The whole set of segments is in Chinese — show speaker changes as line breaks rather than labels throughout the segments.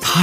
他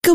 各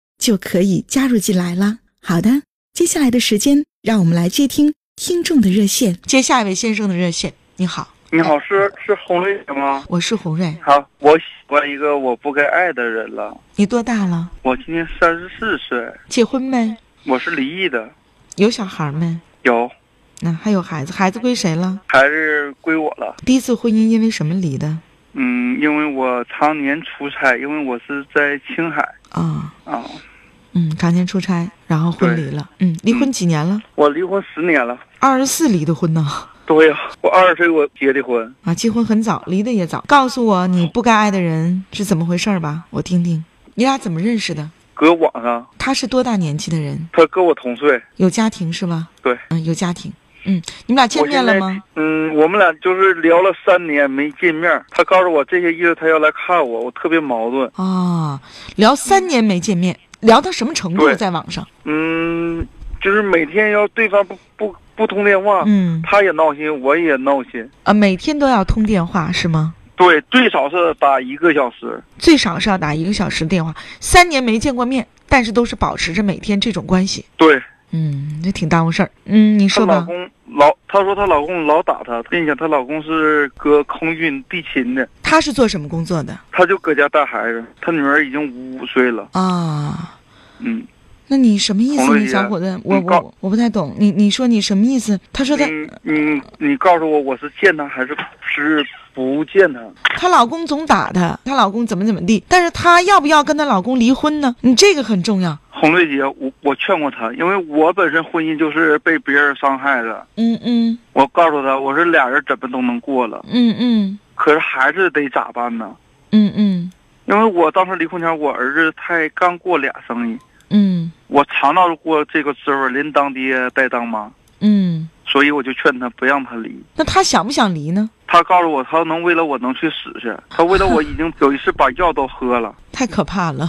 就可以加入进来了。好的，接下来的时间，让我们来接听听众的热线。接下一位先生的热线，你好，
你好，是是洪瑞姐吗？
我是洪瑞，
好，我喜欢一个我不该爱的人了。
你多大了？
我今年三十四岁，
结婚没？
我是离异的，
有小孩没？
有
那还有孩子，孩子归谁了？
还是归我了。
第一次婚姻因为什么离的？
嗯，因为我常年出差，因为我是在青海
啊、
啊，
嗯，常年出差，然后婚离
对
了。嗯，离婚几年了？
我离婚十年了。
二十四离的婚呢？
对呀、我二十岁我结的婚，
啊，结婚很早，离得也早。告诉我你不该爱的人是怎么回事儿吧，我听听。你俩怎么认识的？
搁网上，
他是多大年纪的人？
他跟我同岁。
有家庭是吧？
对，
嗯，有家庭。嗯，你们俩见
我
面
现
了
在
吗？？
嗯，我们俩就是聊了三年没见面。他告诉我这些意思，他要来看我，我特别矛盾。
啊、聊三年没见面，聊到什么程度？
对
在网上，
嗯，就是每天要对方不不不通电话，
嗯，
他也闹心，我也闹心。
啊，每天都要通电话是吗？
对，最少是打一个小时。
最少是要打一个小时电话。三年没见过面，但是都是保持着每天这种关系。
对，
嗯，这挺耽误事儿。嗯，你
她
说
老
吧。
公老，她说她老公老打她，并且她老公是搁空军地勤的，
他是做什么工作的？
她就搁家带孩子，她女儿已经五岁了。
啊，
嗯，
那你什么意
红
思？
瑞
你
姐嗯
小伙子，我
你告嗯
我我不太懂。你你说你什么意思？他说他
你你你告诉我，我是见她还是是不见她？
她老公总打她，她老公怎么怎么地，但是她要不要跟她老公离婚呢？你这个很重要。
红瑞姐，我我劝过她，因为我本身婚姻就是被别人伤害的。
嗯嗯
我告诉她，我说俩人怎么都能过了，
嗯嗯
可是还是得咋办呢？
嗯嗯
因为我当时离婚前，我儿子才刚过俩生日，
嗯
我尝到过这个滋味儿，连当爹带当妈，
嗯。
所以我就劝他不让他离。
那她想不想离呢？
他告诉我，他能为了我能去死去，他为了我已经有一次把药都喝了。
太可怕了，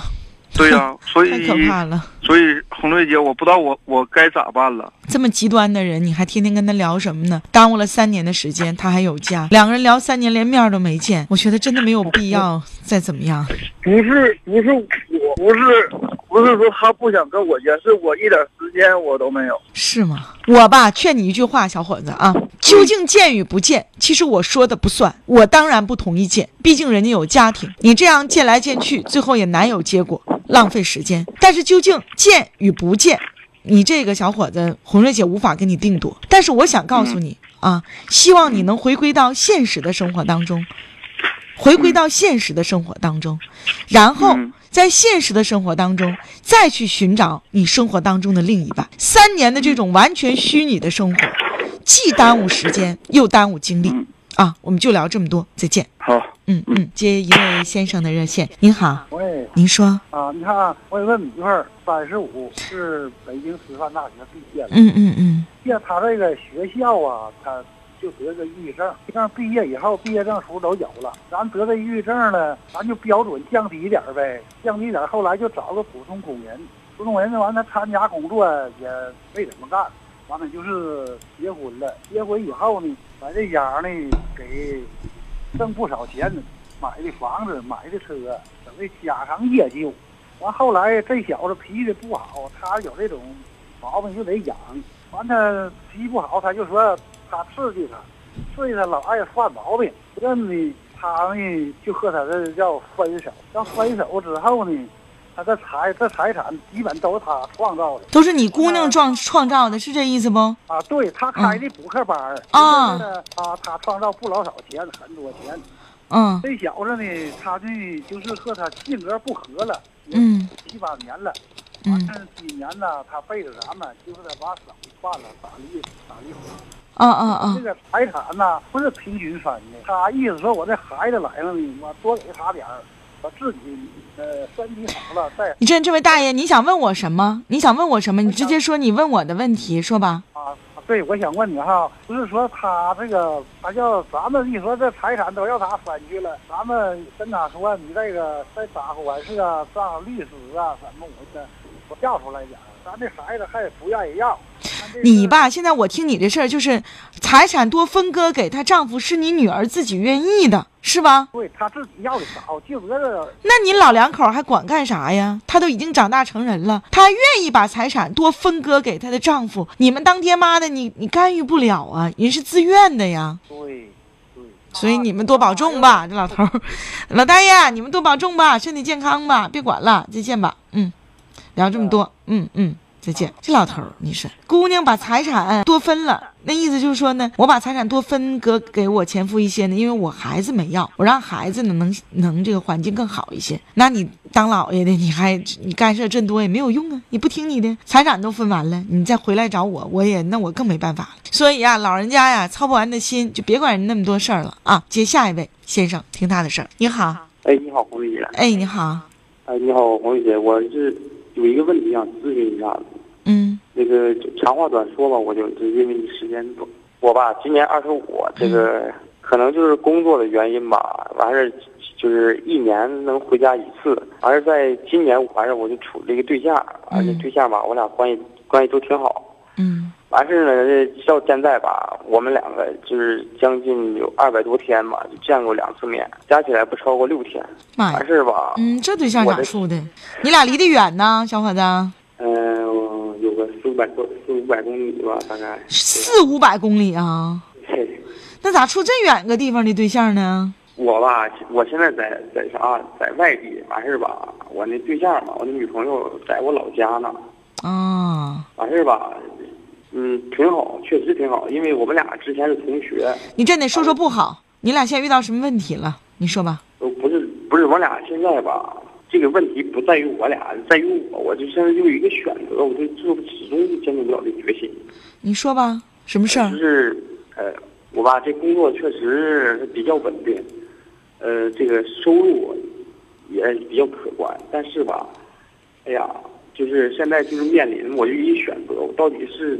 对呀、 所
太
以
可怕了！
所以红瑞姐，我不知道我我该咋办了。
这么极端的人，你还天天跟他聊什么呢？耽误了三年的时间，他还有家，两个人聊三年连面儿都没见，我觉得真的没有必要再怎么样。
不是不是我不是不是说他不想跟我见，是我一点时间我都没有。
是吗？我吧，劝你一句话，小伙子啊，究竟见与不见，其实我说的不算，我当然不同意见，毕竟人家有家庭，你这样见来见去，最后也难有结果，浪费时间。但是究竟见与不见，你这个小伙子，红瑞姐无法给你定夺。但是我想告诉你
嗯
啊，希望你能回归到现实的生活当中，回归到现实的生活当中，然后
嗯
在现实的生活当中再去寻找你生活当中的另一半。三年的这种完全虚拟的生活，既耽误时间又耽误精力
嗯
啊！我们就聊这么多，再见。
好，
嗯嗯，接一位先生的热线。您好，
喂，
您说。
啊，你看啊，我有个女儿，三十五，是北京师范大学毕业的。
嗯嗯嗯
像她这个学校啊，她就得个抑郁症。像毕业以后，毕业证书都有了，咱得这抑郁症呢，咱就标准降低一点儿呗，降低一点儿。后来就找个普通工人，普通工人那完，他参加工作也没怎么干，完了就是结婚了。结婚以后呢，在这家呢给挣不少钱，买的房子，买的车，整的家常夜就。完后来这小子脾气不好，他有这种毛病就得养。完他脾气不好，他就说他刺激他，刺激他老爱犯毛病。这呢，他呢就和他这叫分手。要分手之后呢，
他这财这财产基本都是他创造的
都是你姑娘创创造的，是这意思不？
啊。对他开的补课班儿，
嗯啊
就是呢他他创造不老少钱，很多钱。
嗯
这小子呢，他这就是和他性格不合了，也
嗯
七八年了。完
嗯
事儿几年呢，他背着咱们，就是他把嫂子办了，打离打离婚。
啊啊啊
这！个呃财产呢不是平均分的，他意思说我这孩子来了呢，我多给他点儿，我自己呃身体好了再
你这这位大爷，你想问我什么？你想问我什么？你直接说你问我的问题，说吧。
啊。对，我想问你哈，不是说他这个，他叫咱们一说这财产都要他分去了，咱们呃跟他说你这个再咋回事啊，上律师啊什么我这我调出来点儿，咱这孩子还不愿意要。咱这呃
你
事儿
吧，现在我听你这事儿，就是财产多分割给她丈夫，是你女儿自己愿意的，是吧？
对他自己要的少，就搁这
那你老两口还管干啥呀？她都已经长大成人了，她还愿意把财产多分割给她的丈夫。你们当爹妈的，你你干预不了啊，人是自愿的呀。
对对。
所以你们多保重吧，这老头儿， 老大爷，你们多保重吧，身体健康吧，别管了，再见吧，嗯，聊这么多，嗯嗯，再见。这老头儿，你说姑娘把财产多分了，那意思就是说呢，我把财产多分割给我前夫一些呢，因为我孩子没要，我让孩子呢能能这个环境更好一些。那你当老爷的，你还你干涉这么多也没有用啊，你不听你的，财产都分完了，你再回来找我，我也那我更没办法了。所以啊，老人家呀，操不完的心，就别管人那么多事儿了啊。接下一位先生，听他的事儿。你好，
哎，你好，红丽姐。
哎，你好，
哎，你好，红丽姐，我是有一个问题想咨询一下子。
嗯
那个就长话短说吧，我就就因为你时间短，我吧今年二十五，这个可能就是工作的原因吧，完事儿就是一年能回家一次，完事儿在今年完事儿我就处了一个对象，完事儿
嗯
对象吧，我俩关系关系都挺好，
嗯
完事呢，这到现在吧，我们两个就是将近有二百多天吧，就见过两次面，加起来不超过六天。
妈呀
完，事吧，
嗯，这对象
我
咋
的
处的？你俩离得远呢，小伙子，
嗯、我有个四五百多、四五百公里吧，大概。
四五百公里啊，
嘿
那咋处这远个地方的对象呢？
我吧，我现在在在啥，在外地。完事吧，我那对象吧，我那女朋友在我老家呢。
啊，
完事吧，嗯，挺好，确实挺好，因为我们俩之前是同学。
你这得说说不好，你俩现在遇到什么问题了？你说吧。
呃，不是不是，我俩现在吧，这个问题不在于我俩，在于我，我就现在就有一个选择，我就就始终就坚定不了这决心。
你说吧，什么事
就
儿？
是呃，我吧这工作确实比较稳定，呃，这个收入也比较可观，但是吧，哎呀，就是现在就是面临我就一选择，我到底是，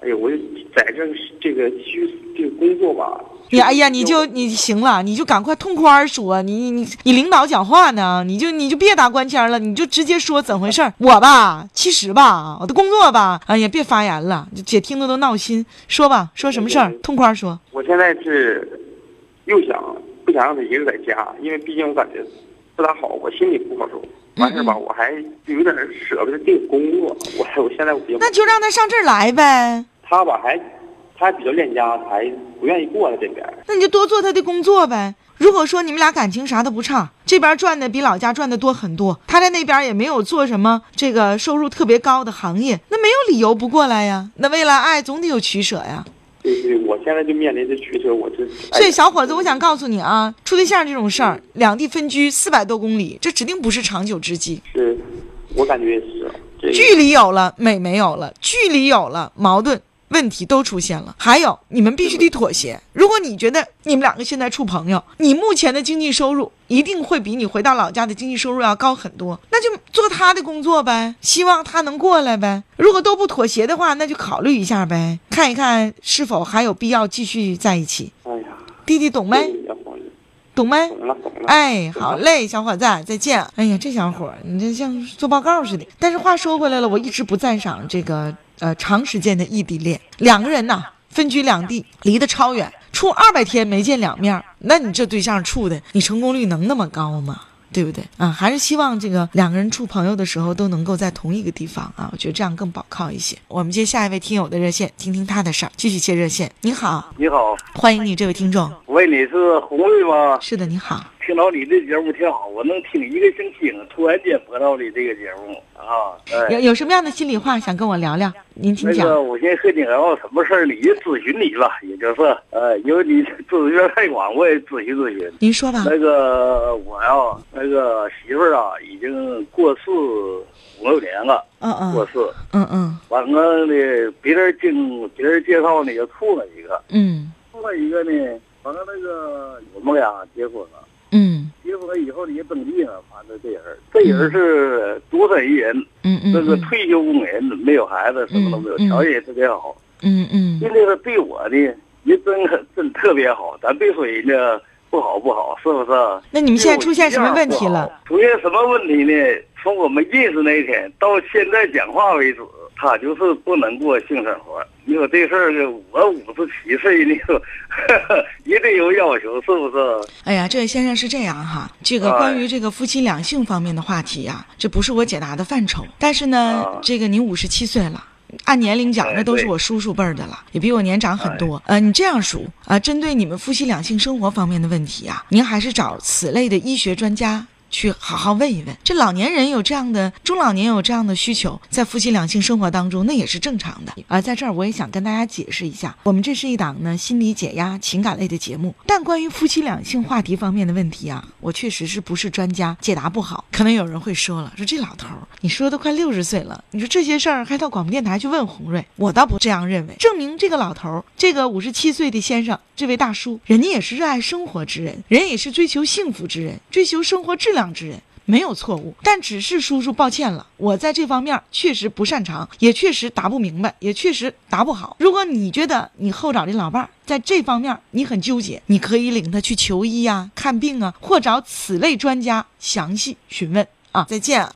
哎呀，我就在这个这个继续这个工作吧。
你哎呀，你
就。
就你行了，你就赶快痛快儿说，你你你领导讲话呢，你就你就别打官腔了，你就直接说怎回事儿。我吧，其实吧，我的工作吧，哎呀，别发言了，姐听着都闹心。说吧，说什么事儿
对对，对
痛快儿说。
我现在是又想不想让他一个人在家，因为毕竟我感觉不咋好，我心里不好受。完事儿
嗯
吧，我还有点儿舍不得这个工作，我还我现在我比较
那就让他上这儿来呗，
他吧还他还比较恋家，他还不愿意过来这边儿。
那你就多做他的工作呗。如果说你们俩感情啥都不差，这边赚的比老家赚的多很多，他在那边也没有做什么这个收入特别高的行业，那没有理由不过来呀。那为了爱，总得有取舍呀。
就是我现在就面临这取舍，我哎这
所以，小伙子，我想告诉你啊，处对象这种事儿，两地分居四百多公里，这指定不是长久之计。
是，我感觉也是这个
距离有了，美没有了；距离有了，矛盾问题都出现了。还有，你们必须得妥协。如果你觉得你们两个现在处朋友，你目前的经济收入一定会比你回到老家的经济收入要高很多，那就做他的工作呗，希望他能过来呗。如果都不妥协的话，那就考虑一下呗，看一看是否还有必要继续在一起。
哎呀，
弟弟懂没？
这个也好
懂没？
懂了懂了。
哎，好嘞，小伙子，再见。哎呀，这小伙儿，你这像做报告似的。但是话说回来了，我一直不赞赏这个呃长时间的异地恋，两个人呐、分居两地，离得超远，处二百天没见两面儿，那你这对象处的，你成功率能那么高吗？对不对啊？还是希望这个两个人处朋友的时候都能够在同一个地方啊，我觉得这样更保靠一些。我们接下一位听友的热线，听听他的事儿，继续接热线。你好，
你好，
欢迎你这位听众。
喂，你是红瑞吗？
是的，你好，
听到你这节目挺好，我能听一个星期了，突然间播到你这个节目啊，
有
哎，
有什么样的心里话想跟我聊聊？您请
那
讲。
个我现在和你聊什么事儿，你也咨询你了，也就是呃，因为你咨询太广，我也咨询咨询。
您说吧。
那个我呀、那个媳妇儿啊，已经过世五六年了，
嗯
过
嗯
世。
嗯嗯
完了呢，别人经别人介绍呢，又处了一个，
嗯
处了一个呢，完了那个我们俩结婚了。
嗯
结婚以后呢，也登记了，反正这人，这人是独身一人，
嗯嗯。
那个退休工人，没有孩子，什么都没有，条件也特别好。
嗯嗯
就那个对我呢，也真真特别好，咱别说人家不好不好，是不是？
那你们现在出现什么问题了？
出现什么问题呢？从我们认识那天到现在讲话为止，他就是不能过性生活。你说这事儿，我五十七岁，你说 也得有要求，是不是？
哎呀，这位先生是这样哈，这个
哎
关于这个夫妻两性方面的话题呀、这不是我解答的范畴。但是呢，
啊
这个您五十七岁了。按年龄讲，
哎
那都是
对
我叔叔辈儿的了，也比我年长很多。呃，你这样数啊、针对你们夫妻两性生活方面的问题啊，您还是找此类的医学专家去好好问一问。这老年人有这样的，中老年有这样的需求，在夫妻两性生活当中，那也是正常的。啊，在这儿我也想跟大家解释一下，我们这是一档呢心理解压、情感类的节目，但关于夫妻两性话题方面的问题啊，我确实是不是专家，解答不好。可能有人会说了，说这老头儿，你说都快六十岁了，你说这些事儿还到广播电台去问红瑞，我倒不这样认为，证明这个老头儿，这个五十七岁的先生，这位大叔，人家也是热爱生活之人，人也是追求幸福之人，追求生活质量之人。没有错误，但只是叔叔抱歉了，我在这方面确实不擅长，也确实答不明白，也确实答不好。如果你觉得你后找这老伴儿在这方面你很纠结，你可以领他去求医啊、看病啊，或找此类专家详细询问啊。再见啊。